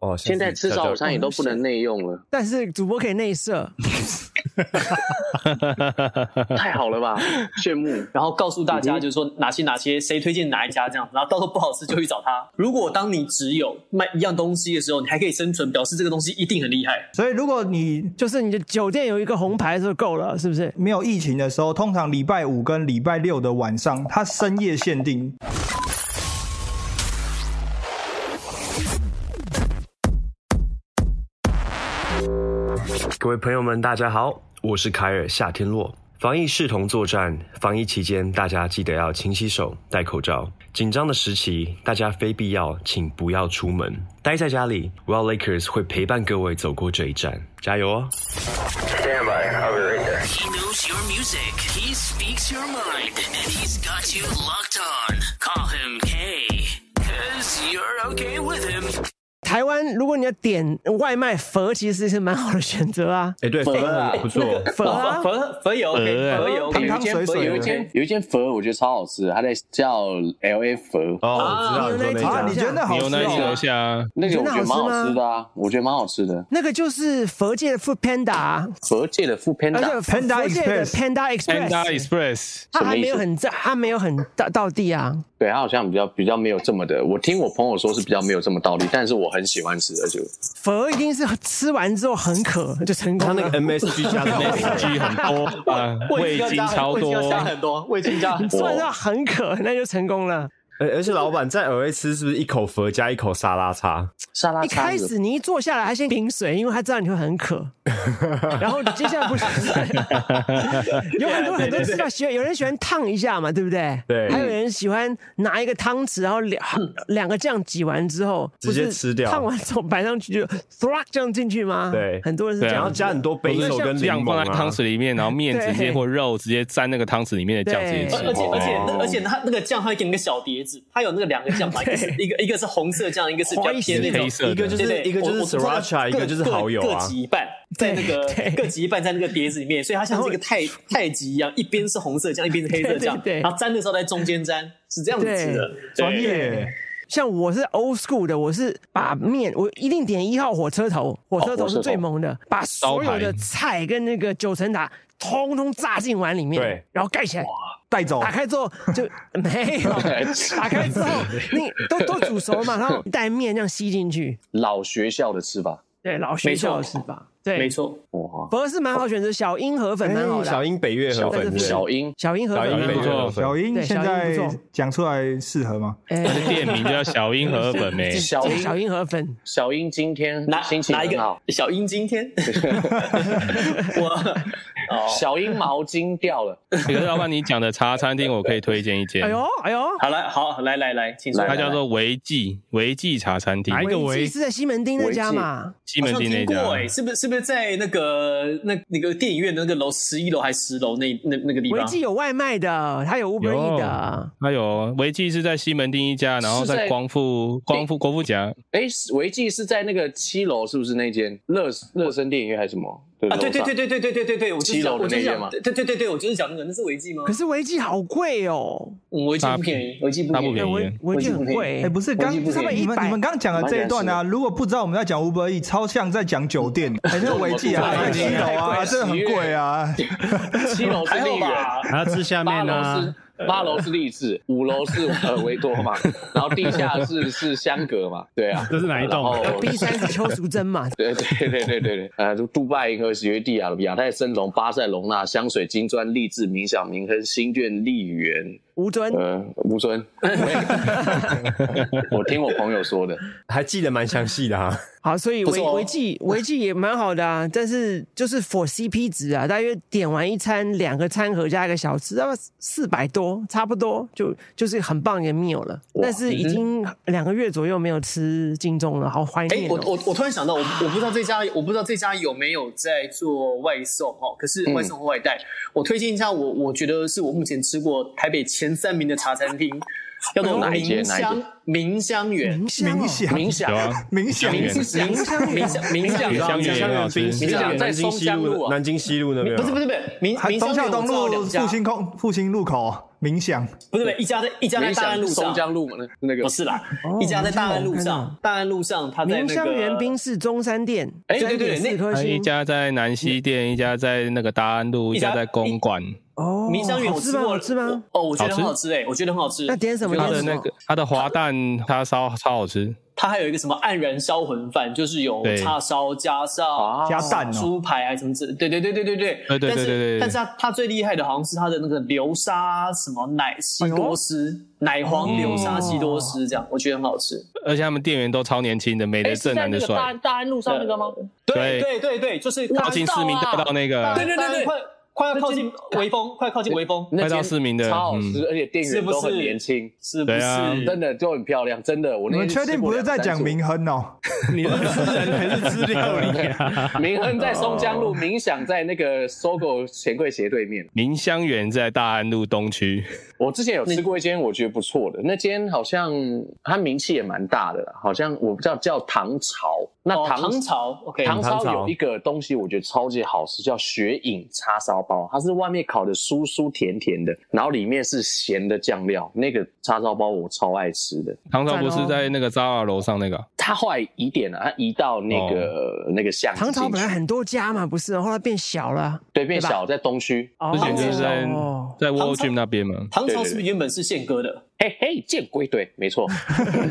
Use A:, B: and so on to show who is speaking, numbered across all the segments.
A: 哦，
B: 现在吃早 餐也都不能内用 了，
C: 但是主播可以内射，
B: 太好了吧？炫目。
D: 然后告诉大家，就是说哪些哪些谁推荐哪一家这样，然后 到时候不好吃就去找他。如果当你只有卖一样东西的时候，你还可以生存，表示这个东西一定很厉害。
C: 所以如果你
E: 就是你的酒店有一个红牌就够了，是不是？
F: 没有疫情的时候，通常礼拜五跟礼拜六的晚上，它深夜限定。
G: 各位朋友们，大家好，我是凯尔夏天洛。防疫视同作战，防疫期间大家记得要勤洗手、戴口罩。紧张的时期，大家非必要请不要出门，待在家里。w e l l Lakers 会陪伴各位走过这一站，加油哦！
H: Stand by. I'll be right there.
I: He knows your music. He speaks your mind. And he's got you locked on. Call him K. Cause you're okay with him.
E: 台湾如果你要点外卖，佛其实是蛮好的选择啊。
A: 哎，对，
D: 粉啊
A: 不错，
E: 粉啊，
D: 粉粉油，
A: 呃
D: 粉油，
F: 汤
B: 有
F: 汤
B: 一间
F: 水
B: 佛，
F: 水
B: 有一间有一间佛，我觉得超好吃，它在叫 L A 佛，
A: 哦，我知道你说那
E: 牛奶
A: 家
F: 啊，你觉得那好
E: 好
A: 牛
F: 吃
A: 奶
F: 哦？
A: 楼下，
B: 那个我觉得蛮
E: 你觉得好吃吗
B: 好吃的啊，我觉得蛮好吃的。
E: 那个就是佛界的 Food Panda，啊
B: 佛界的富
E: 而
B: Panda
E: 且佛界的 Panda
A: Panda
E: Express，
A: Express，
E: 它
B: 什么
E: 还
B: 意思
E: 没有很在，它没有很到到地啊。
B: 对，它好像比较比较没有这么的，我听我朋友说是比较没有这么道理，但是我很喜欢吃，而且
E: 佛一定是吃完之后很渴就成
G: 他
E: 功
G: 那个
E: 了。
A: 啊
G: MSG 加的
A: MSG 很多啊， 味精超
D: 味精加
A: 多，
D: 很多，味精加很
E: 吃
D: 多。
E: 完之后很渴，那就成功了。
G: 而而且哎老板在 LA 吃是不是一口佛加一口沙拉叉？
B: 沙拉
E: 一
B: 叉
E: 开
B: 子
E: 始你一坐下来，他先瓶水，因为他知道你会 很渴。然后接下来不是有很多很多吃法喜欢，有人喜欢烫一下嘛，对不对？
G: 对
E: 还有人喜欢拿一个汤匙，然后两两个酱挤完之后，
G: 直接
E: 不是
G: 吃掉
E: 烫完之后摆上去就 thwack 这样进去吗？
G: 对
E: 很多人是
A: 对
E: 这
A: 啊
G: 然
E: 样
G: 后
E: 子。
G: 加很多
A: 我
G: 贝
A: 是
G: 手跟柠
A: 酱
G: 檬
A: 放在
G: 啊
A: 汤匙里面，然后面直接
E: 对
A: 或肉直接沾那个汤匙里面的酱直接
E: 对
A: 吃
D: 而。且而且
B: 哦
D: 而且它那个酱，它会给你个小碟子，它有那个两个酱 嘛，一个是一个一个是红色酱，一个是比较偏那种
A: 黑色的
G: 一个就
D: 对
G: 是
D: 对
G: 一个就是
D: 我我知道
G: sriracha，一
D: 各
G: 个就是
D: 各
G: 蚝油
D: 各
G: 啊。
D: 挤一半在那个
E: 对对
D: 各挤一半在那个碟子里面，所以它像是一个太太极一样，一边是红色酱，一边是黑色酱
E: 对对，对
D: 然后沾的时候在中间沾，是这样子吃的。
F: 专
D: 对
F: 业，
E: 像我是 old school 的，我是把面，我一定点一号火车头，火车头是最猛的，把所有的菜跟那个九层塔通通炸进碗里面，
G: 对，
E: 然后盖起来，
F: 带走
E: 打开之后就没有，打开之后你都都煮熟嘛，然后一袋面这样吸进去，
B: 老学校的吃法，
E: 对，老学校的吃法，对，
D: 没。错，
B: 哇，
E: 不过是蛮好选择，小鹰河粉蛮好
G: 哎
E: 的
G: 小
E: 啊，
G: 英北越河粉，对
B: 小英
E: 小鹰河
G: 小
E: 粉
G: 英
E: 蛮
G: 北
E: 好
G: 越
E: 的，
G: 河粉
F: 小，英
E: 对
F: 现
E: 小
F: 在
E: 英不错
F: 讲出来适合吗？
A: 它
E: 哎
A: 的店名就叫小英河粉没？
B: 小
E: 这
B: 英
E: 小鹰河粉，
B: 小英今天
D: 拿
B: 心情
D: 拿一
B: 很
D: 个
B: 好，
D: 小英 今天，我哦，
B: 小英毛巾掉了，
A: 可是老板，你讲的茶餐厅我可以推荐一间
E: 哎，呦哎呦，
D: 好来好来来来，请说
B: 来。
A: 它叫做维记维记茶餐厅
E: 维，
J: 一个维
E: 是在西门町那家嘛？
A: 西
D: 好
A: 门
D: 像
A: 町
D: 听
A: 那
D: 过
A: 家。
D: 哎，是不是是不是在那个那那个电影院的那个楼十一楼还是十楼那那那个地
E: 维
D: 方？
E: 记有外卖的，它有 Uber E 的，
A: 它有啊维记是在西门町一家，然后
B: 是在
A: 在光复光复国富家，
B: 哎，维记是在那个七楼，是不是那间乐乐生电影院还是什么？对
D: 啊，对对对，对对对对对对，我就是
B: 七楼
D: 讲，
B: 的
D: 我就
B: 那
D: 是
B: 间
D: 讲
B: 吗，
D: 对对对对，我就是讲那个，那是维记吗
E: 可？是维记好贵哦，
D: 嗯维记不便宜，维记不
A: 它
D: 便
A: 不
D: 宜。
A: 便宜。
E: 维记很贵。
F: 哎、不是，刚
D: 我已经不
F: 你们
E: 行
F: 你们你们刚讲的这一段呢、啊，如果不知道我们在讲 Uber E，超像在讲酒店，哎、那个维记啊，在七楼啊，真的很贵啊。
B: 七楼是
D: 还好
B: 丽园，
D: 吧，
J: 还要吃下
B: 八
J: 面呢、
B: 楼是
J: 啊。
B: 八楼是励志，五楼是呃维多嘛，然后地下室是香格嘛，对啊，
J: 这是哪一栋
B: 然后
E: 呃 B 三是邱淑贞 嘛
B: ？对对对对对对，呃，就杜拜银河学地啊，亚太森龙、巴塞隆纳、香水、金砖、励志、冥想、明亨、新卷、丽园，
E: 吴尊
B: 呃，吴尊，我我听我朋友说的，
G: 还记得蛮详细的啊哈、
E: 好，所以
D: 不
E: 维
D: 错哦
E: 维记维记也蛮好的啊，但是就是 for CP 值啊，大约点完一餐两个餐盒加一个小吃，那么四百多，差不多就就是很棒一个 meal 了。但是已经两个月左右没有吃金钟了，好怀
D: 哎，
E: 念
D: 我
E: 哦。
D: 我我突然想到，我我不知道这家，我不知道这家有没有在做外送哦，可是外送或外带，我推荐一下我我觉得是我目前吃过台北前三名的茶餐厅，叫做
B: 哪一间
D: 茗香茗香园。
E: 冥想哦
F: 冥想，
B: 冥想
A: 有。啊，
F: 冥想，
A: 香园
D: 茗香茗香茗香
A: 茗
D: 园
A: 香园也很好吃
G: 啊冰。
B: 你想在
G: 南京西
B: 松江路
G: 路，
B: 啊
G: 南京西路那边啊，
D: 不是不是不是，明
F: 还
D: 明
F: 忠
D: 香
F: 孝
D: 园
F: 东
D: 我知道有
F: 路
D: 两家
F: 复兴空复兴路口，冥想，
D: 不是不是，一家在一家在
B: 你
D: 大
B: 想
D: 安路上
B: 松，江路那个
D: 不是啦，一家在大安路
E: 我知道我看
D: 上
E: 到，
D: 大安路上他在
E: 明
D: 那
E: 香园
D: 个
E: 冰室中山店，
D: 哎对对对
E: 三点四
D: 那
E: 颗
A: 一
E: 星，
A: 家在南西店，一家在那个大安路，
D: 一
A: 一
D: 家
A: 家在公馆。
E: 哦，
D: 明香园，
E: 好
D: 我
E: 吃
D: 吃
E: 吗？好
D: 过了，
E: 吃吗？
D: 我？哦，我觉得
A: 好吃
D: 很好吃哎，我觉得很好吃。
E: 那点什么
A: 它
E: 点
A: 的
E: 什
A: 那
E: 么
A: 个？它的滑蛋它烧超好吃，
D: 它还有一个什么黯然销魂饭，就是有
A: 对啊
D: 叉烧加上
F: 加蛋哦，
D: 猪排还啊是什么之，对对对对对对，
A: 对对对
D: 但是
A: 对对对
D: 但是它它最厉害的好像是它的那个流沙什么奶西多斯，奶黄流沙西多斯这样，我觉得很好吃。
A: 而且他们店员都超年轻的，
I: 哎
A: 美的
J: 是
A: 正
J: 在
A: 哎男
J: 那
A: 的
J: 个大
A: 帅。
J: 大安路上那个吗？
A: 对
D: 对对对，就是
A: 靠近市民大道那个，
D: 对对对对，快快要靠近微风，快靠近微风，
B: 那
A: 快到
B: 间
A: 市民的
B: 超好吃，
A: 嗯
B: 而且店
D: 是
B: 员
D: 不
B: 都很
D: 是
B: 年轻，
D: 是不
A: 对
D: 是？
A: 啊
B: 真的就很漂亮，真的。我
F: 你
B: 那
F: 们
B: 天
F: 确定
B: 吃过
F: 不是在
B: 两
F: 讲
B: 三组
F: 明亨哦？
A: 你是吃人还是吃料理啊？
B: 明恩在松江路，明想在那个搜狗钱柜斜对面。
A: 明香园在大安路东区，
B: 我之前有吃过一间我觉得不错的，那间好像它名气也蛮大的啦，好像我不知道叫唐朝。那
D: 哦，
B: 唐、
D: 唐朝，OK，
B: 唐
G: 唐
B: 烧
G: 朝
B: 有一个东西，我觉得超级好吃，叫雪影叉烧包。它是外面烤的酥酥甜甜的，然后里面是咸的酱料。那个叉烧包我超爱吃的。
A: 唐朝不是在那个 Zara 楼上那个啊？
B: 它后来移点了，它移到那个、那个巷子
E: 唐朝
B: 进去
E: 本来很多家嘛，不是哦，后来变小了。
B: 对变
E: 对吧
B: 小，在东区。
E: 哦
A: 之前就是在
E: 哦
A: 在
D: 唐
A: World
D: 朝
A: Gym 那边嘛。
D: 唐朝是不是原本是宪哥 的，
B: 嘿嘿，见鬼！对，没 错。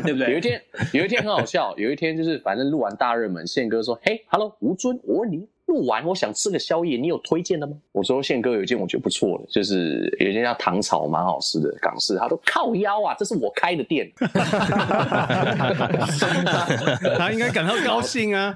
D: 对不
B: 有一
D: 对？
B: 天，有一天很好笑，有一天就是反正录完大热门，宪哥说：“嘿，Hello，吴尊，我问你，录完我想吃个宵夜，你有推荐的吗？”我说：“宪哥有一件我觉得不错的，就是有一间叫糖炒，蛮好吃的港式。”他说：“靠腰啊，这是我开的 店。
J: 他应该感到高兴啊！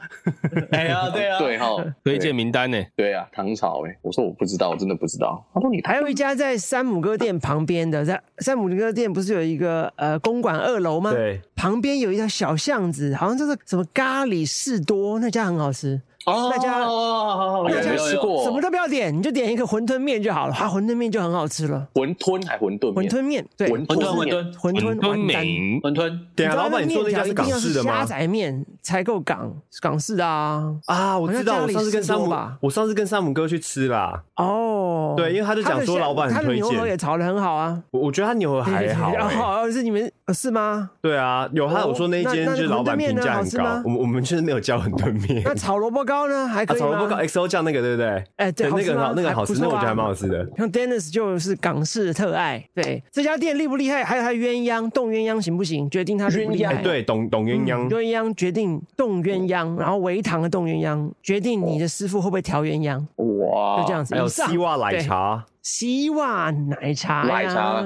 D: 哎呀，对啊，
B: 对哈，
A: 推荐名单呢？
B: 对啊，糖炒哎、我说我不知道，我真的不知道。他说你
E: 还有一家在山姆哥店旁边的，在山姆哥店不是有一个呃公馆二楼吗？
G: 对，
E: 旁边有一条小巷子，好像就是什么咖喱士多那家很好吃，
D: 哦，
E: 大家
B: 哎
D: 哦有
B: 呀没
D: 有
B: 吃
D: 有
B: 过
E: 什么都不要点，你就点一个馄饨面就好了，它啊馄饨面就很好吃了。
B: 馄饨还馄饨
E: 馄
B: 面，
E: 饨面对，
B: 馄
D: 馄饨
B: 饨
D: 馄
B: 面
D: 饨
E: 馄
A: 馄
E: 饨
A: 饨
E: 完蛋
A: 名
D: 馄饨，
G: 对啊，
E: 你知道
G: 老
E: 那
G: 板，你说那
E: 面
G: 家
E: 条
G: 是
E: 一
G: 港
E: 定要
G: 式的
E: 虾
G: 吗？
E: 仔面才够港港式的啊。
G: 啊，我知道，
E: 好像家
G: 我
E: 里
G: 上次跟
E: 是多
G: 山姆
E: 吧，
G: 我上次跟山姆哥去吃啦。
E: 哦，
G: 对因为他就讲说
E: 的虾
G: 老板很
E: 他的
G: 推
E: 牛
G: 荐
E: 河也炒的很好啊。
G: 我我觉得他牛河还好、
E: 对对对
G: 欸，
E: 哦，是你们呃是吗？
G: 对啊，有他
E: 哦
G: 我说那一间
E: 那
G: 就是老板评价很
E: 那馄饨面呢
G: 高
E: 好吃吗，
G: 我们我们确实没有叫馄饨面
E: 那。炒萝卜糕呢？还可
G: 啊，
E: 以
G: 炒
E: 吗？
G: 萝卜糕 XO 酱那个对不对？
E: 哎对好
G: 那
E: 吃
G: 个很
E: 吗
G: 好，那个
E: 还
G: 好
E: 不
G: 吃，那个我
E: 错
G: 觉得
E: 啊
G: 还蛮好吃的。
E: 像 Dennis 就是港式的特爱，对这家店厉不厉害，还有他鸳鸯冻鸳鸯行不行，决定他厉不厉
G: 哎，
E: 害。
G: 对，董董鸳鸯，
E: 鸳鸯决定冻鸳鸯，然后维糖的冻鸳鸯决定你的师傅会不会调鸳鸯，
B: 哇，
E: 就这样子。
G: 哦还有
E: 以上
G: 西袜奶，茶，
E: 对西袜奶茶呀，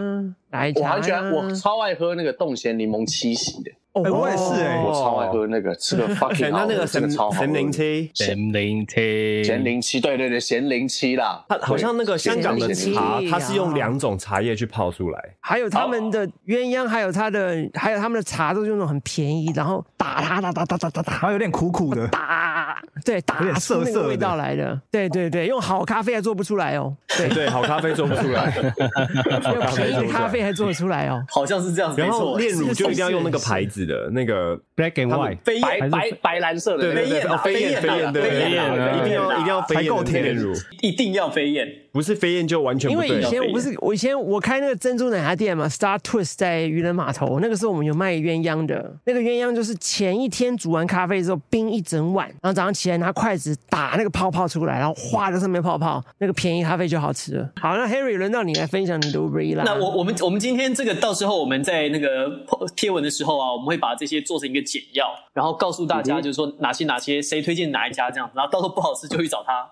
B: 奶茶
E: 奶茶
B: 我
E: 呀，
B: 很喜欢，我超爱喝那个冻咸柠檬七喜的，
F: 哎
E: 哦，
F: 我也是哎
B: 我超爱喝那个，这个 fucking
G: 选他
B: 好喝，
G: 哎那个
B: 这
G: 神
B: 哦个超好喝
G: 神灵梯，
A: 咸零七，
B: 咸零七，对对对，咸零七啦。
G: 它好像那个香港的
E: 咸柠
G: 茶，
E: 梯
G: 它是用
E: 啊
G: 两种茶叶去泡出来。
E: 还有他们的鸳鸯，还有他的，还有他们的茶都是那种很便宜，然后打打打打打打打打
F: 然后有点苦苦 的，
E: 打，对，
F: 有
E: 打
F: 点
E: 出
F: 涩
E: 那
F: 涩
E: 个
F: 的
E: 味道来的。对对对，用好咖啡还做不出来哦，对，
G: 对，好咖啡做不出来，
E: 用
G: 好
E: 便宜的咖啡还做得出来哦。
D: 好像是这样 子，
G: 然
D: 没
G: 后
D: 错，
G: 炼乳就一定要用那个
E: 是是是
G: 牌子的那个 black and white，
D: 飞
B: 白
D: 燕
B: 白白蓝色的
G: 对对
B: 那个
G: 对，
D: 燕啊
G: 哦飞燕
D: 飞
G: 飞
D: 燕啊
G: 燕对
D: 飞
G: 对
A: 燕啊
G: 对，一定要一定要飞燕
F: 才够
G: 的那个
F: 甜
G: 炼乳，
D: 一定要飞燕，
G: 不是飞燕就完全
E: 因
G: 不
E: 为以
G: 对。
E: 前我不是，我以前我开那个珍珠奶茶店嘛，Star Twist 在渔人码头，那个时候我们有卖鸳鸯的，那个鸳鸯就是前一天煮完咖啡之后冰一整晚，然后早上起来拿筷子打那个泡泡出来，然后画在上面泡泡，那个便宜咖啡就好吃了。好，那 Harry 轮到你来分享你的 Uber E 啦。
D: 那我我们我们今天这个到时候我们在那个贴文的时候啊，我们会把这些做成一个简要，然后告诉大家就是说哪些哪些谁推荐哪一家这样，然后到时候不好吃就去找他。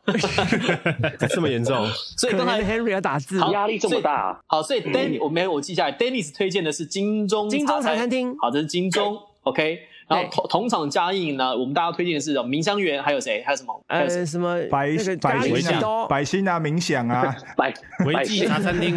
G: 这么严重，
D: 所以
E: 可
D: 刚
E: 能
D: 才
E: Henry 要打字，
B: 压力这么大、啊，
D: 好，所以 Danny 我没有我记下来，Dennis 推荐的是金钟
E: 金钟茶餐厅
D: 好，这是金钟，OK。然后
E: 对
D: 同同场加映呢，我们大家推荐的是明香园，还有谁？还有什么？还有谁
E: 呃，什么
F: 百
E: 那个
F: 百
E: 咖喱
F: 心
E: 士
F: 啊，
E: 多，
F: 百心啊，冥 想啊，
B: 白
J: 维记茶餐厅，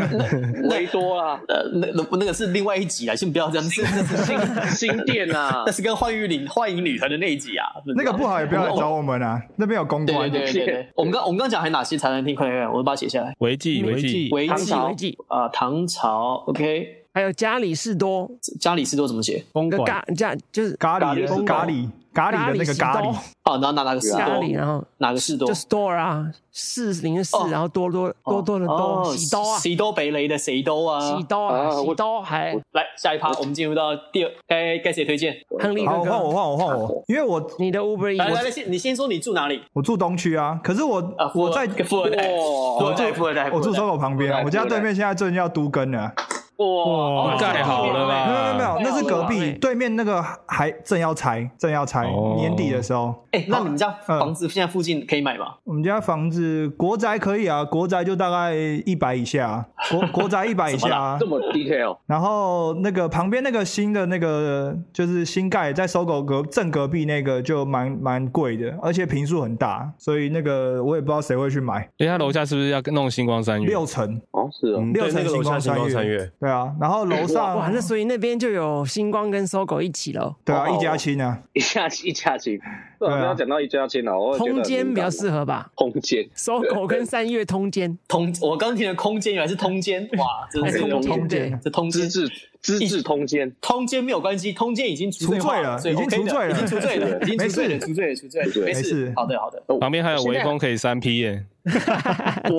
B: 维多啊，
D: 呃，那那那个是另外一集啊，先不要这样子，那是新
B: 新店啊
D: 那，是跟幻玉领幻影女团的那一集啊，
F: 那个不好也不要来找我们啊，那边有公
D: 对
F: 关。
D: 对对对对，我们刚我们刚讲还有哪些茶餐厅？快快快，我把它写下来。
A: 维记维记，
D: 维
B: 唐
D: 记
B: 朝
E: 维记
D: 啊，唐朝，OK，
E: 还有加里士多，
D: 加里士多怎么写？
J: 公
E: 那个
J: 馆
E: 咖加就是
F: 咖喱，咖喱，咖喱的那个咖喱
D: 哦，哪哪哪个士多？
E: 咖喱，然后
D: 哪个士多？
E: 就
D: 哦
E: store 啊，四零四，然后多多多多的多，喜多啊，
D: 喜多北雷的喜多啊，
E: 喜多啊，喜多还
D: 来下一趴，我们进入到第二，该该谁推荐？
E: 亨利
F: 好，
E: 哥哥，
F: 我换我换我
D: 啊
F: 换我，因为我
E: 你的 Uber
D: 来来
E: E
D: 来，先你先说你住哪里
F: 我住东区啊，可是我
D: 啊？富
F: 我
D: 二
F: 在
D: 富二代，富二代，富二代，
F: 我住
D: 富二代
F: 搜狗旁边啊，我家对面现在正要都更呢，
D: 哇，
A: 哦盖好了
F: 哦没有没有
A: 吧？
F: 没
D: 哦
F: 有，那是隔壁对面那个还正要拆，正要拆
A: 哦，
F: 年底的时候，
D: 哎、那你们家房子现在附近可以买吗？
F: 我们家房子国宅可以啊，国宅就大概一百以下啊，国国宅一百以下啊
B: 这。么 detail，
F: 然后那个旁边那个新的那个就是新盖在搜狗隔正隔壁那个就蛮蛮贵的，而且平数很大，所以那个我也不知道谁会去买。
A: 因为他楼下是不是要弄星光三月？
F: 六层，
B: 哦，是哦，
G: 嗯
F: 六
G: 对那
F: 层
G: 个
F: 星
G: 楼下
F: 光
G: 星光
F: 三
G: 三
F: 月
G: 月，
F: 对啊，然后楼
E: 哇，
F: 上
E: 那所以那边就有星光跟搜狗一起喽，
F: 对
B: 好
F: 啊
B: 好哦
F: 一家亲啊，
B: 一家一家亲，不
F: 对
B: 然不
F: 啊
B: 要讲到一家亲了，我
E: 空间比较
B: 合。
E: 适合吧？
B: 空间，
E: 搜狗跟三月通奸，
D: 通，我刚听的空间原来是通间，哇，真的是
E: 哎
D: 通
E: 通
D: 间，
E: 奸
D: 这通
B: 资
D: 间。
B: 质资质通奸，
D: 通奸没有关系，通奸已经除罪化
F: 除
D: 所以
F: 罪了
D: OK 的
F: 已经除罪了
D: 已经除罪了，已经除罪了，
F: 没事
D: 除罪了，除
B: 没
D: 罪了，没事
F: 事。
D: 好的，好的。
B: 哦
A: 旁边还有
B: 我现在
A: 微风可以三 P 耶，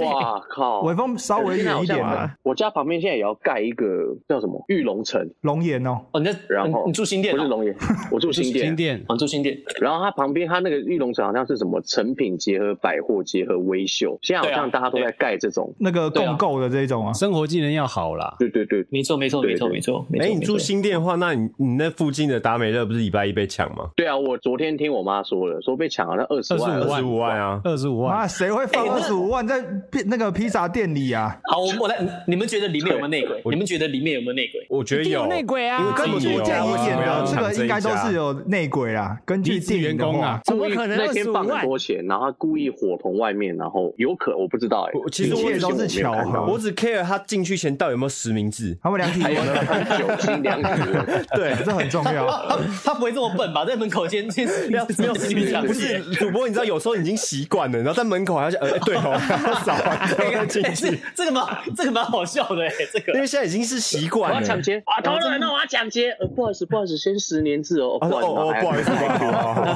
B: 哇靠！
F: 微风稍微远一
E: 哦现
F: 点
E: 在好像
F: 的
E: 啊
B: 我家旁边现在也要盖一个叫什么玉龙城，
F: 龙岩哦，
D: 哦，你在，
B: 然后
D: 你你住新店
B: 不
D: 啊
B: 是？龙岩，我住新店。
J: 新店
D: 哦，你住新店。
B: 然后它旁边它那个玉龙城好像是什么成品结合百货结合微秀，现在好像
D: 对
B: 大
D: 啊
B: 家都在盖这种。
F: 那个共购的这一种啊，
J: 生活技能要好啦。
B: 对对对，
D: 没错，没错，
B: 对
D: 没错，
B: 对
D: 没错。没
G: 哎、
D: 错
G: 你住？新店的话，那你你那附近的达美乐不是礼拜一被抢吗？
B: 对啊！我昨天听我妈说了，说被抢好像二十万，
G: 二十五万啊！
J: 二十五
F: 妈
J: 万，
F: 谁会放
D: 哎
F: 二
D: 那
F: 十五万在便那个披萨店里啊？
E: 哎
D: 没错好，我我来，你你们觉得里面有没有内鬼？你们觉得里面有没有内鬼？
G: 我觉得
E: 一定有内鬼啊
G: 因为
F: 根据
G: 自己有
F: 电
G: 啊
F: 影
G: 为什
F: 演
G: 么要
F: 的，这
G: 抢
F: 个
G: 这
F: 应
G: 一
F: 该都
G: 家
F: 是有内鬼啦。根据
J: 离职
F: 电影
J: 员
F: 的
J: 工
F: 话
J: 啊，
E: 怎
B: 故
E: 么
B: 意
E: 可能
B: 那
E: 二
B: 天
E: 十五
B: 放很
E: 万？
B: 多钱，然后他故意伙同外面，然后有可我不知道哎、
G: 我其实
F: 一
G: 我
F: 切都是巧合
G: 我只 care 他进去前到底有没有实名制。
F: 他们量体
B: 还有
F: 温啊
B: 那个 哎 酒精量体温，
G: 对，
F: 这很重要。
D: 他他不会这么笨吧？在门口先先
G: 没有没有实名制，不是主播，你知道有时候已经习惯了，然后在门口还要去呃哎对哦，还要扫啊，然后进
D: 哎这
G: 去，
D: 这个蛮这个蛮好笑的哎，这
G: 因
D: 个
G: 为现在已经是习
B: 我要
G: 惯
B: 抢
G: 了。
B: 劫啊！同仁，那我要抢劫。呃，不好意思，不好意思，先十年制哦。
G: 他说：“哦哦，不好意思，不好意思。好好好”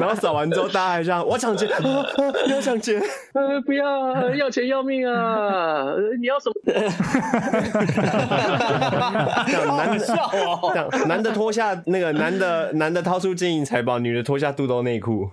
G: 然后扫完之后，大家还这样，我要 抢劫，啊啊你要抢劫，
B: 呃，不要啊，要钱要命啊！呃你要什么？
G: 这样男的
D: 笑哦。
G: 这样男的脱下那个男的男的掏出金银财宝，女的脱下肚兜内裤。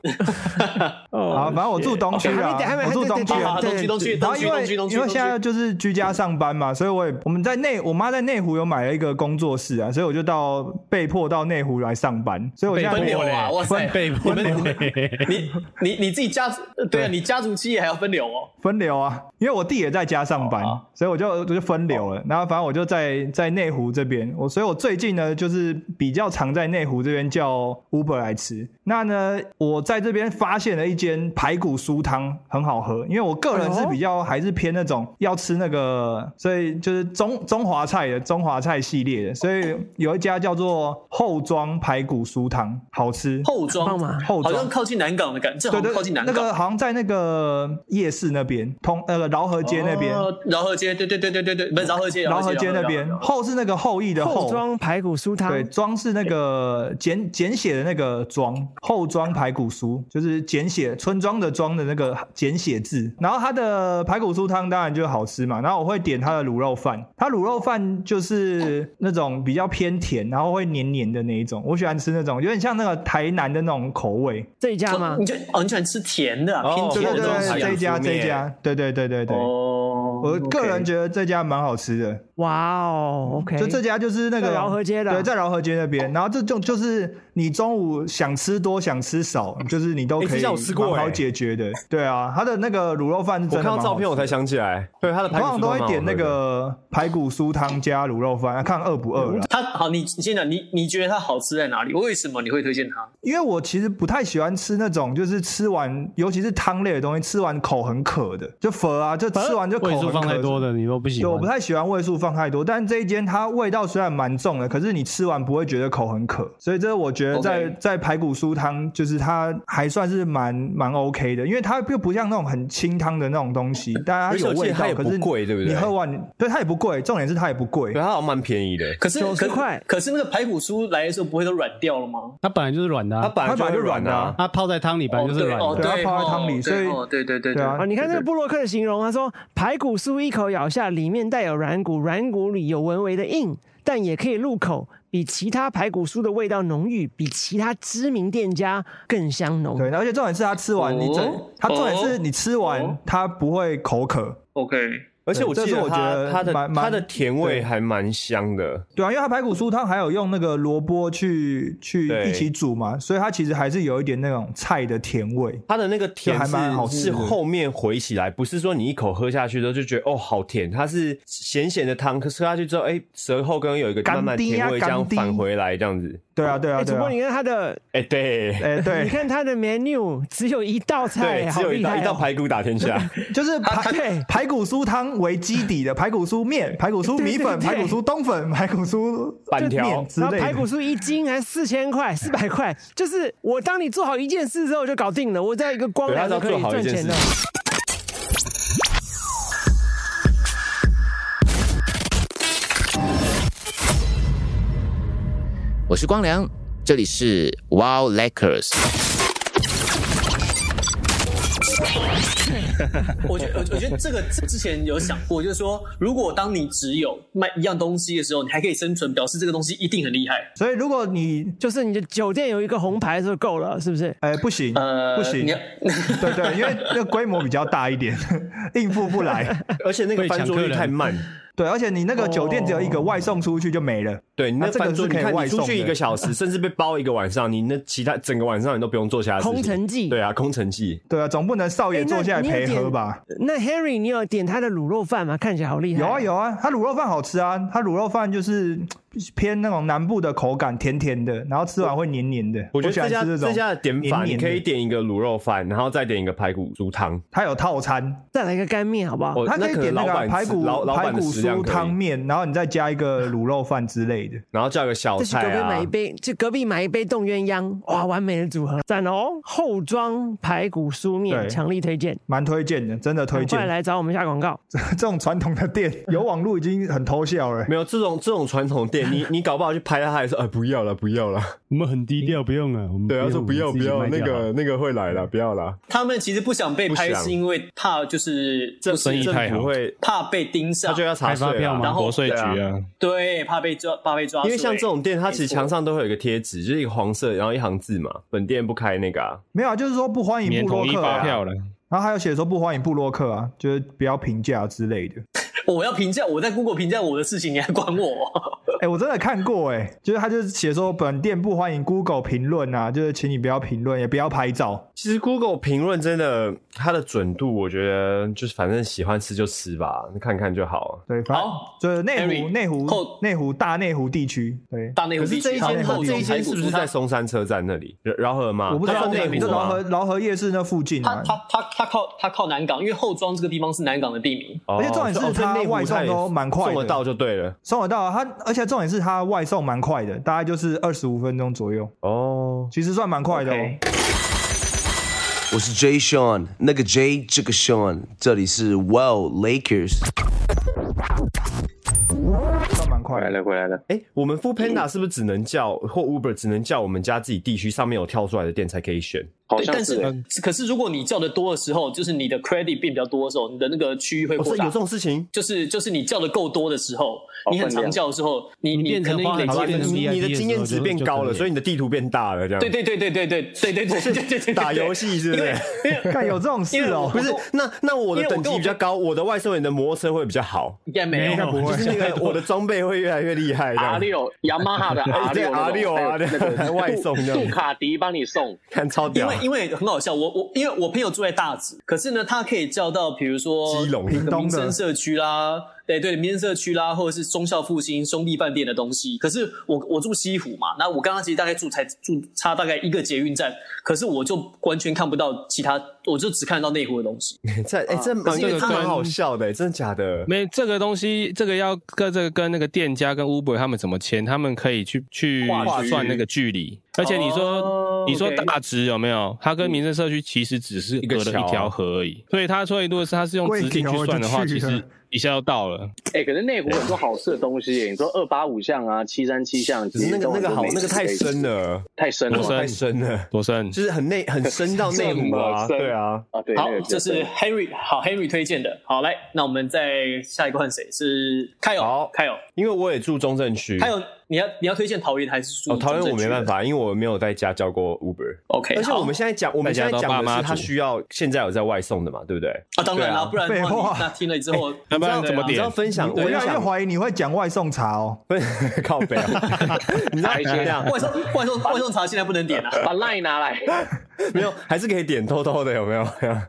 F: 好，反正我住东区
D: 哦
F: 啊
E: 还没还，没
F: 我住东区
D: 好
F: 啊。
D: 好，
E: 对
D: 东区东区
F: 然
D: 东
F: 后
D: 区
F: 因为
D: 东区东区
F: 因
D: 东
F: 为
D: 区
F: 现在就是居家上班嘛，所以我也我们在内，我妈在内湖有买了一个工作室啊，所以我就到被迫到内湖来上班，所以我现在
D: 分流
J: 嘞
D: 啊！哇塞，
J: 被迫
D: 你们你们
J: 嘞，
D: 你你你自己家族呃对啊，
F: 对
D: 你家族企业还要分流哦。
F: 分流啊，因为我弟也在家上班，所以我就我就分流了。然后反正我就在在内湖这边，我所以我最近呢就是比较常在内湖这边叫 Uber 来吃。那呢，我在这边发现了一间排骨酥汤很好喝，因为我个人是比较还是偏那种要吃那个，所以就是中中华菜的中华菜系列的，所以有一家叫做后庄排骨酥汤，好吃。
D: 后
E: 棒
D: 庄
E: 嘛
F: 后
D: 好
F: 庄
D: 像靠近南港的感觉，这好
F: 对
D: 像
F: 对
D: 靠近南，
F: 那
D: 港。
F: 个好像在那个夜市那边，通那个饶河街那边，
D: 哦，饶河街，对对对对对对，不是饶河街，
F: 饶河街那边
D: 饶，河
F: 后是那个后裔的
E: 后
F: 后，
E: 庄排骨酥汤
F: 对，庄是那个简简写的那个庄，后庄排骨酥就是简写村庄的庄的那个简写字。然后它的排骨酥汤当然就好吃嘛，然后我会点它的卤肉饭，它卤肉饭就是那种比较偏甜，然后会黏黏的那一种，我喜欢吃那种有点像那个台南的那种口味。
E: 这一家吗
D: 街。你？就哦，你喜欢吃甜的啊，
G: 哦
D: 偏
F: 对
D: 甜
F: 对
D: 的东
F: 对，
D: 西
F: 这
D: 啊
F: 一家
G: 洋葱
F: 这
G: 面
F: 一家，对对对对对。
D: 哦，
F: 我个人
D: OK
F: 觉得这家蛮好吃的，
E: 哇哦，OK，
F: 就这家就是那个
E: 在饶河街的啊
F: 对，在饶河街那边。然后这就就是你中午想吃多想吃少，就是你都
G: 诶
F: 可
G: 这
F: 以
G: 家我吃过
F: 蛮好
G: 诶
F: 解决的。对啊，他的那个卤肉饭是
G: 我
F: 真
G: 看到
F: 的蛮好
G: 照片我才
F: 吃的
G: 想起来，对他的排
F: 通
G: 骨
F: 常
G: 酥
F: 都
G: 汤
F: 会
G: 蛮好
F: 点那
G: 喝的
F: 个排骨酥汤加卤肉饭，啊看饿不饿了。
D: 它好，你你先讲，你你觉得它好吃在哪里？为什么你会推荐它？
F: 因为我其实不太喜欢吃那种，就是吃完，尤其是汤类的东西，吃完口很渴的，就粉啊，就吃完就口
J: 位
F: 很
J: 数
F: 渴。
J: 放太多的你都不喜
F: 对，我不
J: 欢。
F: 太喜欢味素放太多，但这一间它味道虽然蛮重的，可是你吃完不会觉得口很渴，所以这是我觉得在
B: OK
F: 在排骨酥汤，就是它还算是蛮蛮 OK 的，因为它又不像那种很清汤的那种 东西，但它
K: 而且
F: 有
K: 我记
F: 味
K: 得它
F: 道，
K: 也不
F: 可是
K: 贵对不对
F: 你喝完，对它也不贵，重点是它也不贵
K: 对，它。好像蛮便宜的。
D: 可是
E: 90
D: 可
E: 块
D: 可是那个排骨酥来的时候不会都软掉了吗？
L: 它本来就是软的啊、
K: 它本来就
F: 它本来就
K: 会软
F: 软的啊
K: 啊，
L: 它泡在汤里本来就是软的。
D: 哦，
F: 对
D: 对，
F: 它泡在
D: 哦
F: 汤
D: 对
F: 里所以
D: 哦对对对
F: 对啊
E: 啊，你看这个布洛克的形容，他啊说排骨酥一口咬下，里面带有软骨，软骨里有微微的硬，但也可以入口，比其他排骨酥的味道浓郁，比其他知名店家更香浓。
F: 对，而且重点是它吃完你整
D: 哦，
F: 它重点是
D: 哦
F: 你吃完
D: 哦
F: 它不会口渴，
D: OK，
K: 而且我记
F: 这是
K: 得
F: 我觉
K: 它
F: 得
K: 它的
F: 蛮蛮
K: 它的甜味
F: 对
K: 还蛮香的。
F: 对啊，因为它排骨酥汤还有用那个萝卜去去
K: 对
F: 一起煮嘛，所以它其实还是有一点那种菜的甜味。
K: 它的那个甜
F: 还蛮好
K: 是
F: 吃
K: 是
F: 的
K: 后面回起来，不是说你一口喝下去之后就觉得哦好甜，它是咸咸的汤，可是喝下去之后，哎、舌后跟有一个
F: 甘
K: 慢慢
F: 滴啊
K: 甜味这样
F: 甘滴
K: 返回来，这样子。
F: 对啊，对啊，
E: 哎，
F: 对
E: 主
F: 啊
E: 播，。你看他的，
K: 哎、 对，
F: 哎、
E: 你
F: 对，
E: 看他的 menu 只有一道菜，
F: 哎
K: 对，
E: 好
K: 只有一
E: 厉
K: 道
E: 害
K: 一道
E: 哦
K: 排骨打天下。
F: 就是排
E: 对
F: 排骨酥汤为基底的排骨酥面、排骨酥米
E: 对对对
F: 粉、排骨酥冬粉、排骨酥
K: 板条
F: 面之
E: 然后
F: 类
E: 排骨
F: 的。
E: 酥一斤还四千块、四百块，就是我当你做好一件事之后就搞定了，我在一个光
K: 对，他
E: 疗
K: 只要
E: 就
K: 做
E: 可以
K: 好一
E: 赚
K: 件
E: 钱
K: 事
E: 了。。
M: 我是光良，这里是 Wow Lakers。
D: 我觉我我觉得这个之前有想过，就是说，如果当你只有卖一样东西的时候，你还可以生存，表示这个东西一定很厉害。
F: 所以如果你
E: 就是你的酒店有一个红牌就够了，是不是？
F: 哎、不行，
D: 呃，
F: 不行
D: 你，要
F: 对对，因为那规模比较大一点， 应付 不来。
K: 而且那个
L: 被
K: 翻
L: 抢
K: 桌
L: 客
K: 率
L: 人
K: 太慢，
F: 对，而且你那个酒店只有一个外送出去就没了。
K: 对你那
F: 啊这个
K: 翻桌，
F: 是
K: 你
F: 可以
K: 看
F: 外
K: 你出
F: 送
K: 去一
F: 的
K: 个小 时，甚至被包一个晚上，你那其他整个晚上你都不用做其他事情。
E: 空城计
K: 对啊，空城计。
F: 对啊，总不能少爷
E: 哎那
F: 坐下来
E: 你有
F: 陪喝
E: 点
F: 吧？
E: 那 Harry，你有点他的卤肉饭吗？看起来好厉害。哦
F: 有啊有啊，它卤肉饭好吃啊，它卤肉饭就是嗯偏那种南部的口感，甜甜的，然后吃完会黏黏的。
K: 我觉得
F: 喜
K: 这
F: 欢
K: 家
F: 吃种
K: 这家的点法，
F: 黏
K: 你
F: 黏
K: 可以
F: 的。
K: 点一个卤肉饭，然后再点一个排骨猪汤。
F: 它有套餐，
E: 再来一个干面好不好？
K: 哦
F: 它可以
K: 能
F: 点那
K: 老
F: 个
K: 板
F: 排
K: 吃
F: 骨
K: 老老
F: 排
K: 板的
F: 骨
K: 食量
F: 酥
K: 可以
F: 汤面，然后你再加一个卤肉饭之类的。
K: 然后叫个小
E: 再去
K: 菜
E: 隔壁买
K: 啊
E: 一，杯，去隔壁买一杯冻鸳鸯，哇，完美的组合，赞哦！后庄排骨酥面
F: 对
E: 强力推荐，
F: 蛮推荐的，真的推
E: 赶快
F: 荐。
E: 来找我们下广告。
F: 这种传统 的店有网路已经很偷笑了。
K: 没有这种这种传统店，你你搞不好去拍他，他还说哎不要了不要了，
L: 我们很低调，不用啊。我们
K: 对，他
L: 用
K: 说不要
L: 我
K: 不
L: 们自己
K: 要，
L: 卖
K: 那
L: 掉
K: 个那个会来了，不要了，
D: 他们其实不想被拍，
K: 不想
D: 是因为怕就是
K: 这
D: 不是
A: 生意
D: 政
A: 太
D: 府
A: 好
K: 不会，
D: 怕被盯上，
K: 他就要查
L: 开发
K: 税
L: 票
K: 啊
L: 吗
D: 然后
A: 国税局
K: 对
A: 啊，
D: 对怕被抓，怕被抓。
K: 因为像这种店，它
D: 没
K: 其实
D: 错
K: 墙上都会有一个贴纸，就是一个黄色，然后一行字嘛，本店不开那个啊。
F: 没有啊，就是说不欢迎
A: 免
F: 布洛
A: 统一
F: 克
A: 发
F: 啊，
A: 票了。
F: 然后还有写说不欢迎布洛克啊，就是不要评价之类的。
D: 我要评价，我在 Google 评价我的事情，你还管 我？
F: 哎、我真的看过哎、就是他就是写说本店不欢迎 Google 评论啊，就是请你不要评论，也不要拍照。
K: 其实 Google 评论真的，它的准度，我觉得就是反正喜欢吃就吃吧，看看就好。
F: 对，反正
D: 好
F: 就是内湖
D: Harry，
F: 内湖
D: 后
F: 内湖大内湖地区，对，
D: 大内
K: 可
D: 湖
K: 是
D: 地
K: 这
D: 区，
K: 一
D: 大
K: 间
D: 内湖
K: 这一
D: 有排
K: 间
D: 骨
K: 是不
D: 酥
K: 是在
D: 汤
K: 松山车站那里？饶饶河吗？
F: 我不知
K: 它
F: 道
K: 算
F: 内啊
K: 内
F: 湖
K: 湖
F: 饶
K: 吗
F: 河？饶河夜市那附近
D: 他
F: 啊。
D: 他他他靠他靠南港，因为后庄这个地方是南港的地名。
K: 哦
F: 而且重点是
K: 所以哦所以
F: 它
K: 内湖
F: 外送
K: 它也
F: 都蛮快的
K: 送得到就对了。
F: 送得到啊它，而且重点是它外送蛮快的，大概就是二十五分钟左右，
K: 哦，
F: 其实算蛮快的哦。
D: OK
N: 我是 J Sean，那个 J 这个 Sean，这里是 Wow Lakers。
F: 算蛮快
B: 回来
F: 的。
B: 了回来了，
K: 哎，我们 Food Panda 是不是只能叫或 Uber 只能叫我们家自己地区上面有跳出来的店才可以选？
B: 好
D: 嗯对，啊
B: 像
D: 但是可是如果你叫的多的时候，就是你的 credit 变比较多的时候，你的那个区域会
K: 哦，
D: 扩
K: 是有
D: 大。
K: 这种事情？
D: 就是就是你叫的够多的时候，
B: 哦
D: 你很常
B: 分量
D: 叫的时候，你
L: 你变
D: 可
L: 成
D: 能
L: 花
D: 累
L: 很多变
D: 积的
L: 成
K: 你
L: VIP
K: 你的
L: 的
K: 经
L: 时
K: 验
L: 候
K: 值
L: 就
K: 变
L: 就
K: 高
L: 可
K: 了，
L: 以
K: 所以你的地图变大了，这样
D: 对对对对对对对对对对对对对，
K: 打游戏是不是？
D: 因为。
F: 看有这种事
D: 因为
F: 哦
D: 我，
K: 不是， 那那我的
D: 因为我
K: 等
D: 跟
K: 级
D: 我
K: 比较高，我的外送员的摩托车会比较好，
D: 应该没
L: 没有
D: 有
L: 不
K: 就是那个我的装备会越来越厉害。这
B: R
K: 样
B: 六雅马哈的 R
K: 对
B: 六
K: R 六啊
B: 那
K: 对还
B: 个
K: 外送这样
B: 杜卡迪帮你送，
K: 看超屌
D: 因为，因为很好笑，我我因为我朋友住在大直，可是呢，他可以叫到比如说
K: 基隆
D: 民生社区啦，哎，对，民生社区啦，或者是忠孝复兴兄弟饭店的东西。可是我我住西湖嘛，那我刚刚其实大概住才住差大概一个捷运站，可是我就完全看不到其他，我就只看到内湖的东西。
K: 这哎、这
D: 啊
K: 这
A: 这
K: 个
A: 个
K: 他蛮
A: 跟
K: 好笑的、真的假的？
A: 没这个东西，这个要跟这个跟那个店家跟 Uber 他们怎么签，他们可以去去
K: 跨区
A: 算那个距离。而且你说、
K: 哦
A: 你说
K: OK 嗯
A: 大直有没有？它跟民生社区其实只是隔了
K: 一个桥
A: 一条河而已，所以它所以如果是它是用直径去算的话，
F: 贵条
A: 其
F: 就去了
A: 实一下就到了。
B: 哎、可是内湖很多好吃的东西耶，你说二八五巷啊、七三七巷，
K: 只是那个那个好，那个太深
B: 了，
K: 了，
B: 太深了，
K: 太深了，
A: 多深？
K: 就是很内很深到内湖 啊，
B: 这么深
K: 对啊，
B: 啊，对，
D: 好
B: 那个，比较
D: 这是
B: 深
D: Henry 好 Henry 推荐的。好，来，那我们再下一个换谁？是开友，开友，
K: 因为我也住中正区，
D: 还有你要你要推荐桃园还是住
K: 哦，
D: 中正区的？
K: 桃园我没办法，因为我没有在家叫过 Uber。
D: OK，
K: 而且
D: 好
K: 我们现在讲，我们现在
A: 大家
K: 讲
A: 都爸妈
K: 的是
A: 煮
K: 他需要现在有在外送的嘛，对不对？
D: 啊，当然
K: 对
D: 啦，
K: 啊
D: 不然的
F: 废
D: 话
F: 话
D: 你那听了之 后，
A: 那不然
D: 对啊
A: 怎么
K: 你知道
A: 点？啊
K: 分享，
F: 我
K: 分
F: 越来越
K: 享
F: 怀疑你会讲外送茶哦。
K: 分 靠北啊，你知道
B: 还
K: 这样
D: 外送外送外送茶现在不能点啊。
B: 把 line 拿来，
K: 没有，还是可以点偷偷的，有没有？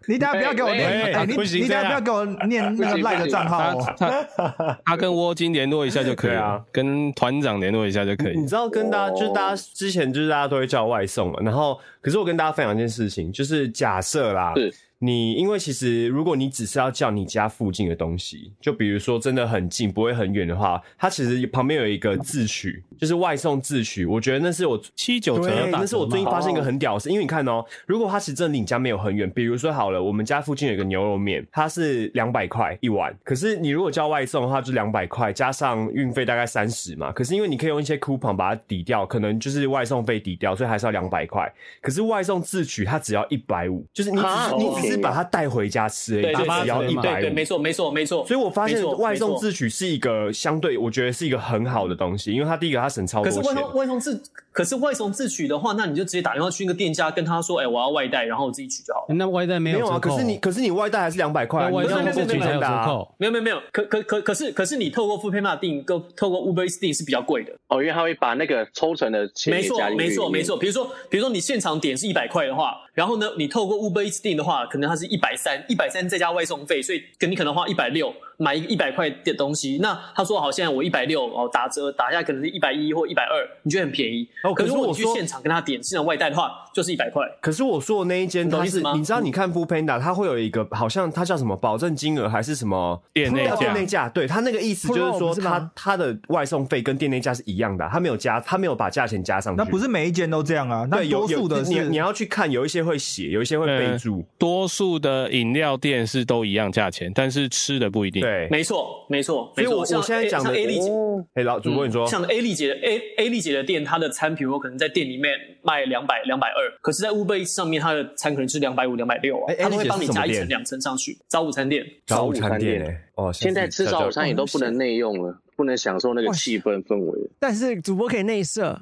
F: 你等下不要给我
A: 喂
F: 念，哎，你
A: 不行
F: 你等下不要给我念那个赖的账号
A: 他
F: 哦。
A: 他他跟窝金联络一下就可以
K: 对
A: 了，
K: 啊
A: 跟团长联络一下就可以
K: 你。知道跟大家就是
D: 哦
K: 大家之前就是大家都会叫外送嘛，然后可是我跟大家分享一件事情，就是假设啦
B: 是，
K: 你因为其实如果你只是要叫你家附近的东西，就比如说真的很近不会很远的话，它其实旁边有一个自取，就是外送自取，我觉得那是我
A: 七九折
K: 对，
A: 打折
K: 那是我最近
A: 嘛
K: 发现一个很屌的事，因为你看哦，如果它其实真的离你家没有很远，比如说好了，我们家附近有一个牛肉面，它是两百块一碗，可是你如果叫外送的话，就两百块加上运费大概三十嘛，可是因为你可以用一些 coupon 把它抵掉，可能就是外送费抵掉，所以还是要两百块。可是外送自取它只要一百五，就是你只
B: 啊
K: 是你只是把它带回家吃而
D: 哦对
K: 已，
D: 对
K: 它只要
D: 对
K: 一
D: 对
K: 百
D: 对，
K: 五
D: 没。错没错没错。
K: 所以我发
D: 没
K: 现
D: 错
K: 外送。
D: 没错
K: 自取是一个相对，我觉得是一个很好的东西，因为它第一个它省超
D: 可
K: 多
D: 是
K: 钱。
D: 外送外送自，可是外送自取的话，那你就直接打电话去那个店家，跟他说，哎，我要外带，然后我自己取就好了。
J: 那外带没
K: 没
J: 有
K: 有
J: 折
K: 啊，
J: 扣
K: 可
J: 哦，
K: 是你可是你外带还是两百块啊，
J: 那
K: 你
J: 外
K: 要
J: 带
K: 用
J: 自
K: 自
J: 己
K: 己
J: 才有
K: 的
J: 折
K: 啊。
J: 扣。
D: 没有没有没有，可可可可是可是你透过 f o o p a n d a 订，跟透过 Uber Eats 订是比较贵的。
B: 哦，因为他会把那个抽成的钱
D: 没
B: 也
D: 错
B: 加进去
D: 没错没错。，比如说比如说你现场点是一百块的话，然后呢你透过 Uber Eats 订的话，可能它是一百三，一百三再加外送费，所以可你可能花一百六买一个一百块的东西。那他说好，现在我一百六哦打折打下可能是一百一或一百二，你觉得很便宜。
K: 哦可是
D: 如果你
K: 我
D: 去
K: 说
D: 现场跟他点现场外带的话，就是一百块。
K: 可是我说的那一间，
D: 懂
K: 它
D: 意思
K: 是
D: 吗嗯
K: 你知道，你看 Food Panda，它会有一个好像它叫什么保证金额还是什么
A: 店内价
K: 店内价，对它那个意思就是
E: Pro
K: 说，
E: 不是吗
K: 它它的外送费跟店内价是一样的啊，它没有加，它没有把价钱加上去。
F: 那不是每一间都这样啊，那
K: 对，有
F: 多数的
K: 有
F: 是
K: 你你要去看，有一些会写，有一些会备注。
A: 多数的饮料店是都一样价钱，但是吃的不一定。，
K: 对，
D: 没错没错没
K: 所以
D: 错。
K: 我我
D: 像
K: 现在
D: A-
K: 讲的
D: 像 A 丽姐。
K: 哎，老主播你说，
D: 像 A 丽姐的 A A 丽姐的店，她的餐比如可能在店里面卖两百两百二，可是在 Uber Eats 上面，她的餐可能是两百五两百六啊
K: 哎，
D: 她都
K: A 丽姐是
D: 会帮你
K: 什么
D: 加一层
K: 店
D: 两层上去。早午餐店，
K: 早午
B: 午
K: 餐
B: 餐
K: 店
B: 店
K: 哎，哦，
B: 现在吃早餐也都不能内用了，不能享受那个气氛氛围了，
E: 但是主播可以内射，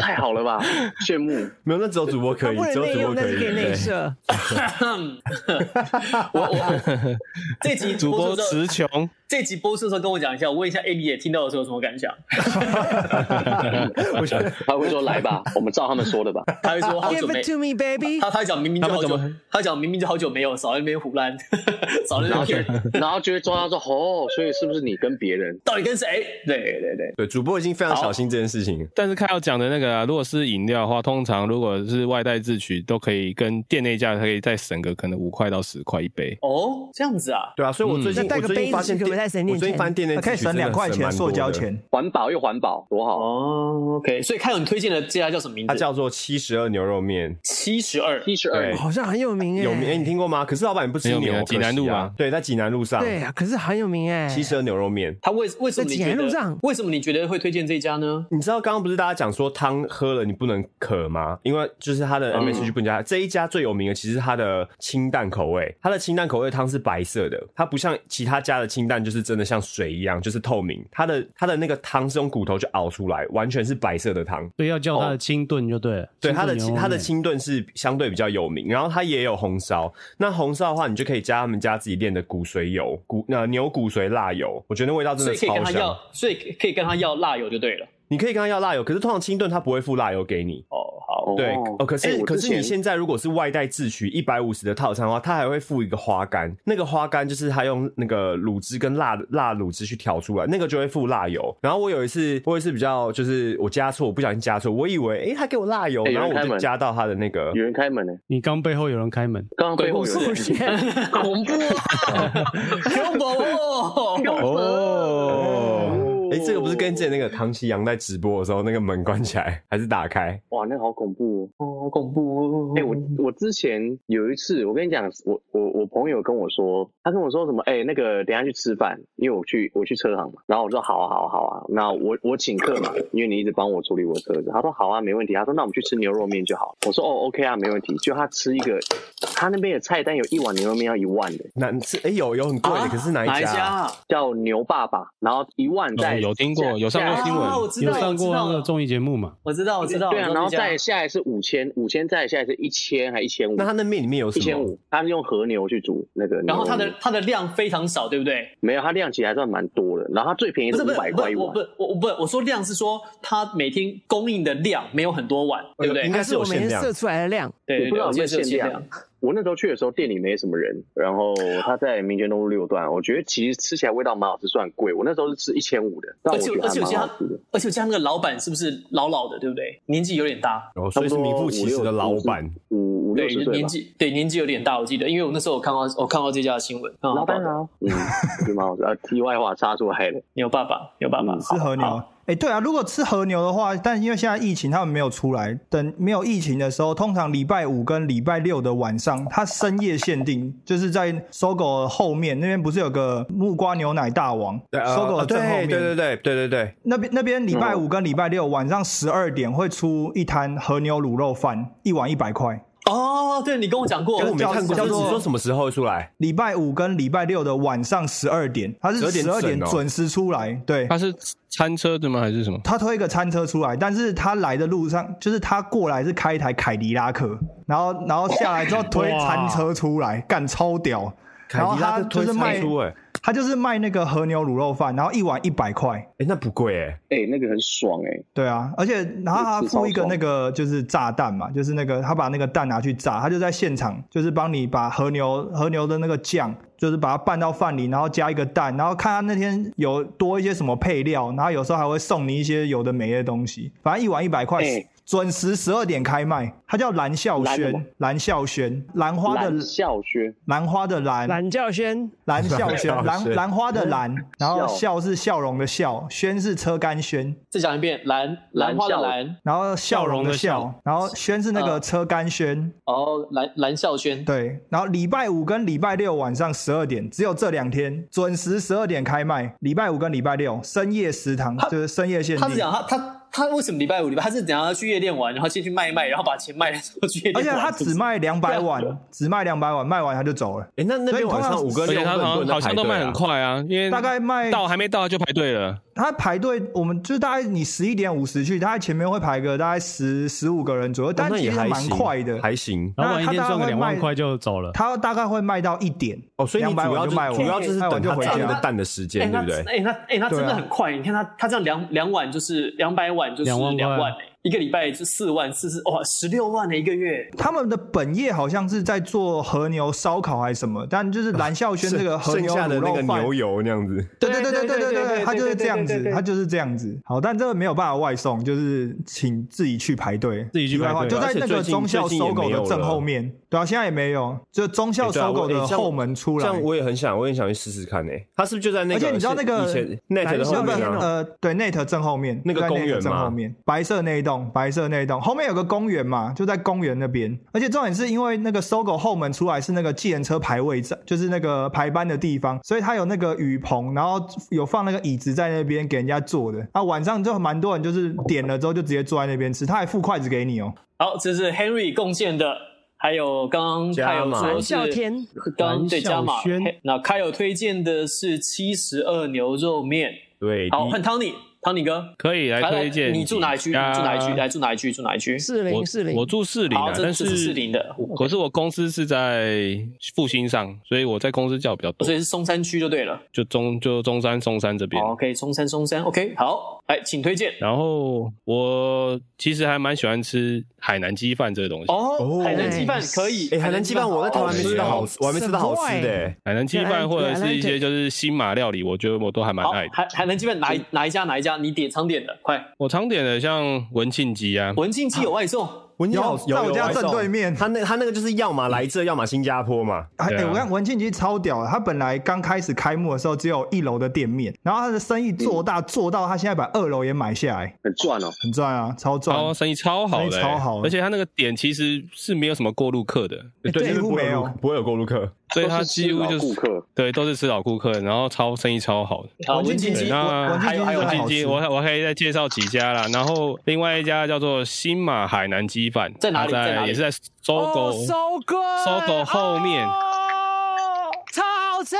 B: 太好了吧？羡慕。
K: 没有，那只有主播可
E: 他
K: 以，
E: 啊不能
K: 只有
E: 内
K: 主
E: 用，
K: 播
E: 但
K: 可
E: 是
K: 以
E: 可以内
K: 对。
E: 射。
D: 我我我这集
A: 主播
D: 播出的时候
A: 词穷，
D: 这集播出的时候跟我讲一下，我问一下 A 丽姐听到的时候有什么感想？
K: 我觉得
B: 他会说来吧，我们照他们说的吧。
D: 她会 说好久
E: Give
D: 没
E: it。to me, baby。
D: 她她讲明明就好
A: 他
D: 久
A: 们怎么，
D: 她讲明明就好久没有，少在那边胡乱， 少在
B: 然
D: 那
B: 后就
D: 边骗，
B: 然后就会抓到说哦，所以是不是你跟别人？
D: 到底跟谁？对对对，
K: 对主播已经非常小心这件事情。
A: 但是看要讲的那个、啊，如果是饮料的话，通常如果是外带自取，都可以跟店内价可以再省个可能五块到十块一杯。
D: 哦，这样子啊，
K: 对啊，所以我最近、
E: 那带个
K: 我最近发现
E: 杯子可不可以再
K: 店，
E: 省点
K: 我最近
E: 钱
K: 发现店内
F: 啊可以省两块钱塑胶，钱。
B: 环保又环保，多好！
D: 哦，OK，所以看友你推荐的这家叫什么名
K: 它
D: 字？
K: 叫做七十二牛肉面，
D: 七十二。
B: 一十二
K: 对
E: 好像很有名哎、
K: 有名、哎，你听过吗？可是老板不吃
A: 很有名
K: 牛，
A: 啊济南路
K: 可惜啊
A: 啊，
K: 对，在济南路上，
E: 对啊，可是很有名哎、
K: 七十二牛肉面。
D: 他为为什么
E: 在
D: 你觉
E: 济南路
D: 得
E: 上
D: 为什么你觉得会推荐这家呢？
K: 你知道刚刚不是大家讲说汤喝了你不能渴吗？因为就是它
D: 嗯
K: 的 MSG 不能加、这一家最有名的其实是它的清淡口味，它的清淡口味汤是白色的，它不像其他家的清淡就是真的像水一样就是透明，它的它的那个汤是用骨头去熬出来，完全是白色的汤。
J: 所以要叫它
K: 哦
J: 的清炖就对了。
K: 对，
J: 清
K: 它
J: 炖
K: 的
J: 牛
K: 清
J: 肉
K: 它的
J: 面
K: 清炖是相对比较有名，然后它也有红烧。那红烧的话，你就可以加他们家自己炼的骨髓油，骨呃牛骨髓辣油，我觉得那味道真的
D: 所以可以
K: 超
D: 跟他
K: 香。
D: 要，所以可以跟他要辣油就对了。
K: 你可以跟他要辣油，可是通常清炖他不会付辣油给你。
B: 哦，好，
K: 对，哦，可是、
B: 哎我之前
K: 可是你现在如果是外带自取一百五十的套餐的话，他还会附一个花干，那个花干就是他用那个卤汁跟辣辣卤汁去调出来，那个就会附辣油。然后我有一次，我有一次比较就是我加错，我不小心加错，我以为哎、他给我辣油，
B: 哎有
K: 然
B: 人
K: 后我
B: 开
K: 就
B: 门
K: 加到他的那个。
B: 有人开门呢、
J: 你刚背后有人开门，
B: 刚刚背后有人，
D: 恐怖恐怖，
K: 哦，哎、这个不是跟之前那个唐奇阳在直播的时候，那个门关起来还是打开？
B: 哇，那个好恐怖哦！
D: 哦，好恐怖哦！
B: 哎、我我之前有一次，我跟你讲，我我我朋友跟我说，他跟我说什么？哎、那个等一下去吃饭，因为我去我去车行嘛。然后我说好啊好啊好啊，那我我请客嘛，因为你一直帮我处理我车子。他说好啊，没问题。他说那我们去吃牛肉面就好。我说哦 OK 啊，没问题。就他吃一个，他那边的菜单有一碗牛肉面要一万的，
K: 那是哎、有有很贵的，可是哪一
D: 哪一
K: 家啊？
D: 家？
B: 叫牛爸爸，然后一万在、
A: 哦有听过有上过新闻
D: 啊，我知
J: 有
D: 道，
J: 上过那
D: 我
J: 个
D: 知道，
J: 综艺节目嘛？
D: 我知道，我知道。
B: 对啊，
D: 我知道
B: 然后
D: 这家
B: 再下来是五千，五千再下来是一千还一千五
K: 那，他那面里面有什
B: 一
K: 么？
B: 千五，他是用和牛去煮那个牛肉面，
D: 然后它的它的量非常少，对不对？
B: 没有，它量其实还算蛮多的。然后它最便宜
D: 不
B: 是
D: 是
B: 五
D: 不是
B: 百
D: 不
B: 块一
D: 是我
B: 碗
D: 不，我我不我说量是说它每天供应的量没有很多碗，对不对
K: 应？该
C: 还
K: 是
C: 是
K: 有
C: 我每
K: 限
C: 天
K: 量
C: 射。出来的量？
D: 对对
B: 哦我不
D: 对，
B: 知道有没
D: 我记
B: 有
D: 得是有
B: 限
D: 限
B: 量
D: 量。。
B: 我那时候去的时候，店里没什么人，然后它在民权东路六段，我觉得其实吃起来味道蛮好吃，算贵。我那时候是吃一千五的，但
D: 而
B: 我
D: 且
B: 觉得
D: 而且
B: 还
D: 我记得
B: 蛮好
D: 他
B: 吃的。，
D: 而且我记得他那个老板是不是老老的，对不对？年纪有点大，
K: 哦，所以是名副其实的老板。
B: 五五六
D: 对，
B: 十
D: 就
B: 岁
D: 年
B: 吧。
D: 纪对年纪有点大，我记得，因为我那时候我看到我看到这家的新闻，嗯
B: 老板好，嗯，我觉得蛮好吃。啊，题外话插出来了，
D: 牛爸爸，牛爸
B: 嗯
D: 爸，
F: 吃和牛。哎、对啊，如果吃和牛的话，但因为现在疫情他们没有出来，等没有疫情的时候，通常礼拜五跟礼拜六的晚上，它深夜限定，就是在搜狗后面那边不是有个木瓜牛奶大王，
K: 对啊
F: 搜狗
K: 对
F: 正后
K: 对
F: 面，
K: 对嗯对对对对，
F: 那边那边礼拜五跟礼拜六晚上十二点会出一摊和牛卤肉饭，一碗一百块。
D: 哦，对你跟我讲过，
K: 我没
F: 叫
K: 看过，
F: 叫
K: 你
F: 做
K: 说什么时候会出来？
F: 礼拜五跟礼拜六的晚上十二点，它是
K: 12
F: 十二点
K: 整哦
F: 准时出来。对，
A: 他是餐车的吗？还是什么？
F: 他推一个餐车出来，但是他来的路上，就是他过来是开一台凯迪拉克，然后然后下来之后推餐车出来，干超屌。
K: 凯
F: 然后
K: 迪拉
F: 他
K: 克
F: 就
K: 推
F: 是卖
K: 餐出哎、
F: 他就是卖那个和牛卤肉饭，然后一碗一百块。
K: 哎、那不贵哎、
B: 哎，那个很爽哎，
F: 对啊，而且然后他附一个那个就是炸弹嘛，就是那个他把那个蛋拿去炸，他就在现场就是帮你把和牛和牛的那个酱，就是把它拌到饭里，然后加一个蛋，然后看他那天有多一些什么配料，然后有时候还会送你一些有的没的东西，反正一碗一百块
B: 哎，
F: 准时十二点开卖。它叫蓝孝
B: 蓝什么
F: 轩，蓝孝轩，兰花的
B: 蓝笑靴，
F: 兰花的兰，
E: 懒教轩，
F: 蓝孝轩，
K: 兰孝
F: 兰
K: 轩
F: 兰花
B: 嗯
F: 的兰，然后
B: 笑
F: 笑是笑容的笑，轩是车杆轩。
D: 再讲一遍，兰兰花的
B: 蓝笑
D: 兰，
F: 然后笑容的
J: 笑容
F: 笑，然后轩是那个车干轩，
D: 哦，蓝蓝孝轩，
F: 对，然后礼拜五跟礼拜六晚上十二点，只有这两天准时十二点开卖，礼拜五跟礼拜六深夜食堂就是深夜限
D: 他是
F: 定
D: 讲。他他他为什么礼拜五礼拜他是讲要去夜店玩，然后先去卖一卖，然后把钱卖了之后去夜
F: 而
D: 店
F: 且
D: 玩，
F: 他只卖两百碗，只卖两百碗，卖完他就走了，
K: 哎、那那
F: 所以
K: 边晚
F: 通
K: 上
F: 常
K: 五个
A: 而
K: 六
A: 且
K: 个
A: 他好
K: 人
A: 像好像都卖很，快啊，因为
F: 大概卖
A: 到还没到就排队了。
F: 他排队，我们就大概你十一点五十去，他前面会排个大概十十五个人左右，
K: 哦
F: 但
K: 那
F: 其
K: 也
F: 实
K: 还
F: 蛮
K: 行，
F: 快的。
K: 还行。
J: 老板一
F: 那他
J: 天
F: 大概
J: 赚个
F: 会
J: 两万
F: 卖
J: 块就走了。
F: 他大概会卖到一点，
K: 哦，所以你
F: 200
K: 主要
F: 碗
K: 就
F: 就卖完，
K: 主要就是
F: 卖
K: 等
F: 完就
K: 他
F: 回
K: 炸
F: 家
K: 那个蛋的时
D: 哎
K: 间，对
D: 那
K: 不对？
D: 哎那哎那真的
F: 啊
D: 很快，你看他他这样两两碗就是两百碗就是
J: 两万块
D: 两万欸一个礼拜是四万四是哇十六万的一个月，
F: 他们的本业好像是在做和牛烧烤还是什么，但就是蓝孝轩这个和
K: 剩
F: 牛
K: 下的
F: 卤
K: 那
F: 肉
K: 个
F: 饭
K: 牛，油那样子，
F: 对对对对对
D: 对
F: 对
D: 对对
F: 对，他就是这样
D: 对对对
F: 子
D: 对，
F: 他就是这样子。好，但这个没有办法外送，就是请自己去排队，
J: 自己去排队
F: 题外话就在
K: 而且
F: 那
K: 最
F: 个
K: 近
F: 中校搜狗的正后面，对啊，现在也没有，就中校搜狗的后门出来
K: 这。样我也很想，我也很想去试试看诶。他是不是就在那个？
F: 而且你知道那个
K: 以前 net 的后
F: 不
K: 面
F: 是
K: 啊？
F: 呃，对，Net 正后面
K: 那个
F: 就在
K: 公园
F: Net 正
K: 嘛
F: 后面，白色那一栋，白色那一栋后面有个公园嘛，就在公园那边。而且重点是因为那个搜狗后门出来是那个计程车排位站，就是那个排班的地方，所以它有那个雨棚，然后有放那个椅子在那边给人家坐的。啊，晚上就蛮多人就是点了之后就直接坐在那边吃，他还附筷子给你哦。
D: 好，这是 Henry 贡献的，还有刚刚
K: 加
D: 凯有
K: 码
D: 说
E: 蓝笑
D: 是
E: 天，
D: 刚刚
J: 蓝
D: 对
J: 笑
D: 加码
J: 轩，
D: 嘿那凯有推荐的是七十二牛肉面，
K: 对，
D: 好
K: 一
D: 换汤尼，汤尼哥
A: 可以嗯来推荐
D: 你住哪一区？
A: 啊
D: 你住哪一区？来住哪一区？住哪一区？
E: 士林士林
A: 我住士林
D: 好
A: 啊，
D: 这
A: 但
D: 这
A: 是
D: 是士林的
A: 可是我公司是在复兴上，所以我在公司叫比较
B: 哦
A: 多
D: 所，以是松山区就对了。
A: 就中就中山松山这边。
B: 哦
D: 好，OK，松山松山，OK，好，来，请推荐。
A: 然后我其实还蛮喜欢吃海南鸡饭这个东西。
D: 哦，海南鸡饭可以。
K: 哎，海南鸡饭我在台湾没吃到好，我还没吃到好吃的欸。
A: 海南鸡饭或者是一些就是新马料理，我觉得我都还蛮
D: 好
A: 爱的。
D: 海海南鸡饭哪一哪一家哪一家？你点常点的，快。
A: 我常点的像文庆鸡啊，
D: 文庆鸡有外送，
K: 文庆好有
F: 在我家正对面，
K: 他那他那个就是要么来这，要么新加坡嘛。
F: 哎、
A: 对啊
F: 哎我看文庆其实超屌的，他本来刚开始开幕的时候只有一楼的店面，然后他的生意做大、做到，他现在把二楼也买下来，
B: 很赚哦。
F: 很赚啊，超赚。
A: 超生意超好的、欸
F: 生意超好的
A: 而且他那个点其实是没有什么过路客的，
K: 哎对，
F: 几
K: 就是
F: 乎
K: 不会
F: 没有
K: 有不会有过路客。
A: 所以他几乎就
B: 都是
A: 是
B: 吃老顾客
A: 对，都是吃老顾客，然后超生意超好的。
D: 好，
F: 文
D: 文庆
F: 庆
A: 对，
D: 鸡，
F: 鸡
A: 那
F: 文
D: 还有还有
A: 文
F: 文
A: 庆
F: 庆
A: 鸡，
F: 鸡
A: 我还我还可以再介绍几家啦。然后另外一家叫做新马海南鸡饭，
D: 在哪里
A: 它
D: 在哪里
A: 也是在搜狗
E: 哦，搜狗，
A: 搜狗后面
E: 哦，超好吃！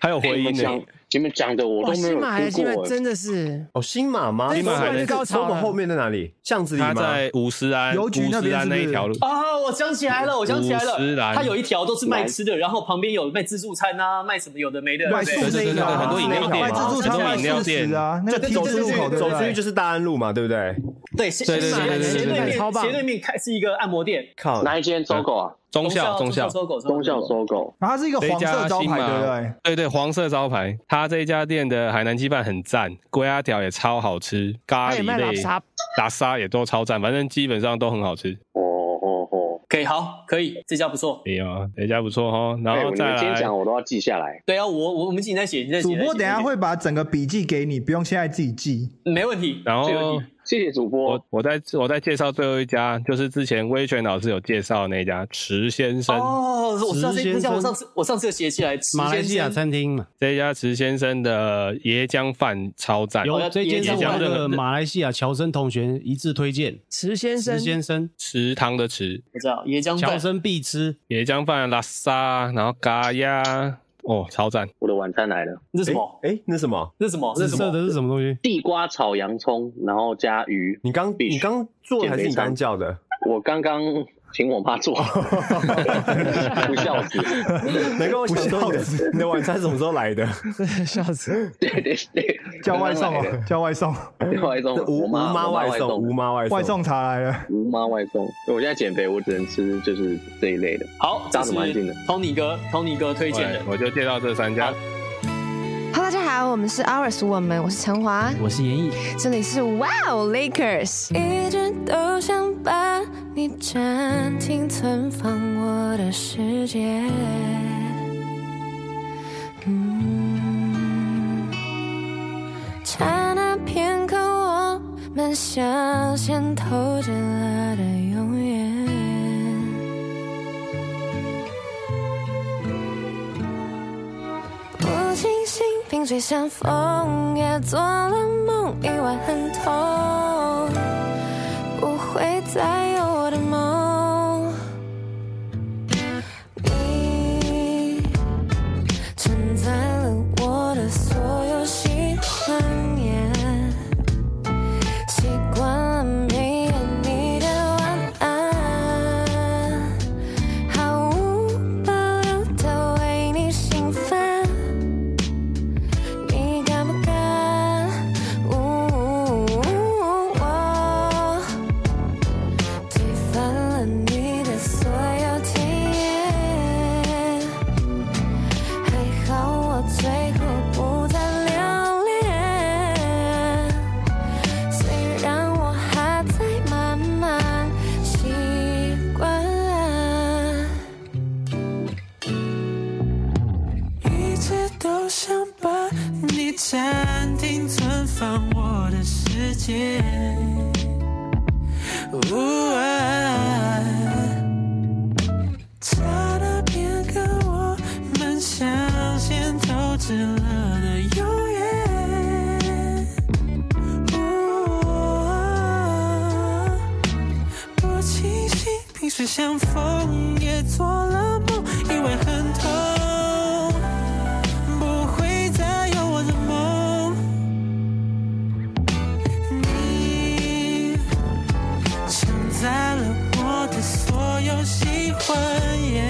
A: 还有
B: 哎你
A: 回音
B: 们
A: 的
B: 讲，你们讲的我
E: 哇，
B: 都没
E: 新
B: 有
E: 马还
B: 听
E: 新马
J: 欸
B: 过。哎
E: 真的是
K: 哦，新马吗？
E: 新马海南
K: 搜狗后面在哪里？巷子里
A: 它
K: 吗？
A: 在五十安
F: 邮局那
A: 五十
F: 边
A: 安那
F: 是不是
A: 一条路。
D: 啊，我想起来了，我想起来
A: 五十
D: 了，
A: 兰
D: 它有一条都是卖吃的，然后旁边有卖自助餐啊，卖什么有的没的，
F: 外
D: 对
F: 宿
D: 不对
F: 那一
A: 对对对
F: 条啊，
A: 很多饮料店
F: 外自助餐
A: 很多饮
F: 外
A: 料店
F: 四十啊，那
K: 就
F: 个 T
K: 走
F: 字
K: 出
F: 路
K: 去
F: 口对不
K: 走
F: 对
K: 出去就是大安路嘛，对不对？
D: 对，斜
A: 对
D: 斜
A: 对对对对
D: 斜对
E: 对超
D: 面
E: 棒
D: 斜对面开是一个按摩店，
K: 靠，
B: 哎哪一
A: 嗯
B: 间搜狗啊？
A: 中校中校
D: 搜狗
B: 中校搜狗。
F: 然后它是一个
A: 这一
F: 黄
A: 家
F: 色招
A: 新
F: 牌，
A: 马
F: 对不对？
A: 对对，黄色招牌。它这一家店的海南鸡饭很赞，龟鸭条也超好吃，咖
E: 它也
A: 喱
E: 卖啊拉
A: 类
E: 沙，
A: 打沙也都超赞，反正基本上都很好吃。
B: 哦哦哦，
D: 可以，好，可以，这家不错。
A: 哎呀，这家不错哦。然
B: 哎，
A: 后
B: 你
A: 再
B: 们今天
A: 来
B: 讲，我都要记下来。
D: 对啊，我我我们自己在写，你在写。
F: 主播
D: 你
F: 等
D: 在
F: 一
D: 写
F: 下会把整个笔记给你，不用现在自己记。
D: 没问题，
A: 然
D: 这个问
A: 后
D: 题
B: 谢谢主播
A: 我。我再我再介绍最后一家，就是之前威权老师有介绍的那家池先生。
D: 哦，我上次
J: 池先生
D: 不像我上次我上次有写起来，池
J: 马来西亚
D: 先生
J: 餐厅嘛，
A: 这家池先生的椰浆饭超赞，
J: 有这间是
A: 椰
J: 我
A: 浆
J: 那
A: 任
J: 个
D: 呃
A: 何
J: 马来西亚乔生同学一致推荐，
E: 池先生
J: 石，先生，
A: 池塘的池，
D: 我知道椰浆
J: 乔
D: 饭，
J: 生必吃。
A: 椰浆饭拉沙，然后咖呀，哦，超赞。
B: 我的晚餐来了，
D: 这是什么？
K: 哎，那什么？
D: 这是什么？这
J: 紫
D: 是什
J: 色
D: 么？
J: 的是什么东西？
B: 地瓜炒洋葱，然后加鱼。
K: 你刚你刚做的还是你刚叫的？
B: 我刚刚请我妈 做，不孝子。
K: 难怪我想说你的你的晚餐什么时候来的？
E: 笑死！
B: 对对对，
F: 叫外送
B: 刚刚来
F: 哦，叫外送，
B: 的，叫外送，
K: 吴
B: 我
K: 吴
B: 妈
K: 妈
B: 我
K: 外送，吴
B: 送，
K: 妈外送，
F: 外送茶来了。
B: 吴妈外送。我现在减肥，我只能吃就是这一类的。
D: 好，这
B: 家
D: 是
B: 怎么安静的
D: Tony 哥，Tony 哥推荐的
A: 对。我就介绍这三家。
M: Hello，大家好，我们是 Hours，我们我是陈华，
J: 我是严艺，
M: 这里是 Wow Lakers。一直都想把你暂停存放我的世界。嗯，刹那片刻，我们像先投进了的永远。不清醒，萍水相逢，也做了梦，意外很痛，不会再有我的梦。你承载了我的所有喜欢，也习惯了没有你的晚安，毫无保留的为你兴奋。你敢不敢？我推翻了你的所有体验，还好我最后不再留恋。虽然我还在慢慢习惯。
O: 一直都想把你暂停存放我的世界。哦无爱刹那片刻，我们像先透支了的永远。哦无爱不清醒，萍水相逢，也做了梦，意外很痛，不会再有我的梦。
M: 喜欢。耶